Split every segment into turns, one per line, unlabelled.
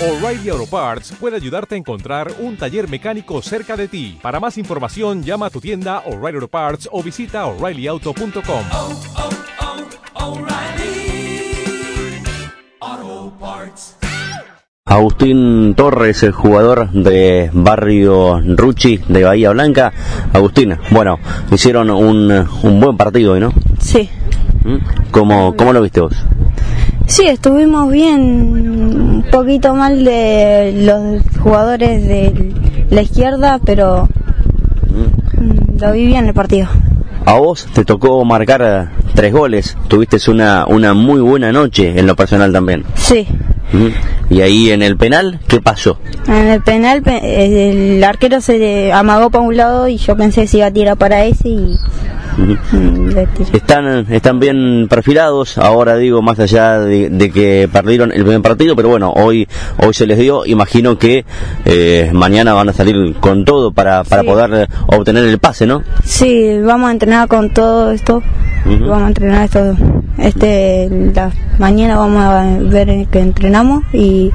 O'Reilly Auto Parts puede ayudarte a encontrar un taller mecánico cerca de ti. Para más información, llama a tu tienda O'Reilly Auto Parts o visita oreillyauto.com.
Agustín Torres, el jugador de Barrio Ruchi de Bahía Blanca. Agustín, bueno, hicieron un, un buen partido hoy, ¿no?
Sí,
¿Mm? ¿Cómo, ¿Cómo lo viste vos?
sí, estuvimos bien, un poquito mal de los jugadores de la izquierda, pero mm, lo vi bien el partido.
A vos te tocó marcar eh, tres goles, tuviste una, una muy buena noche en lo personal también.
Sí,
¿Mm? Y ahí en el penal, ¿qué pasó?
en el penal pe- eh, el arquero se le amagó para un lado y yo pensé si iba a tirar para ese y mm, le tiré.
Están, están bien perfilados, ahora digo, más allá de, de que perdieron el primer partido, pero bueno, hoy, hoy se les dio, imagino que eh, mañana van a salir con todo para, para
Sí.
poder obtener el pase, ¿no?
Sí, vamos a entrenar con todo esto,
Ujú.
vamos a entrenar esto, este, la mañana vamos a ver que entrenamos y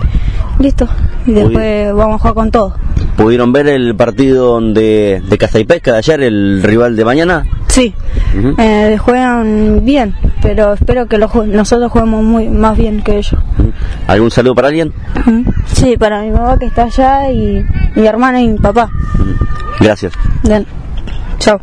listo, y después vamos a jugar con todo.
¿Pudieron ver el partido de, de Casa y Pesca de ayer, el rival de mañana?
Sí,
Ujú.
eh, juegan bien, pero espero que lo jue- nosotros juguemos muy más bien que ellos.
¿Algún saludo para alguien?
Ujú. Sí, para mi mamá que está allá y mi hermana y mi papá.
Gracias.
Bien. Chao.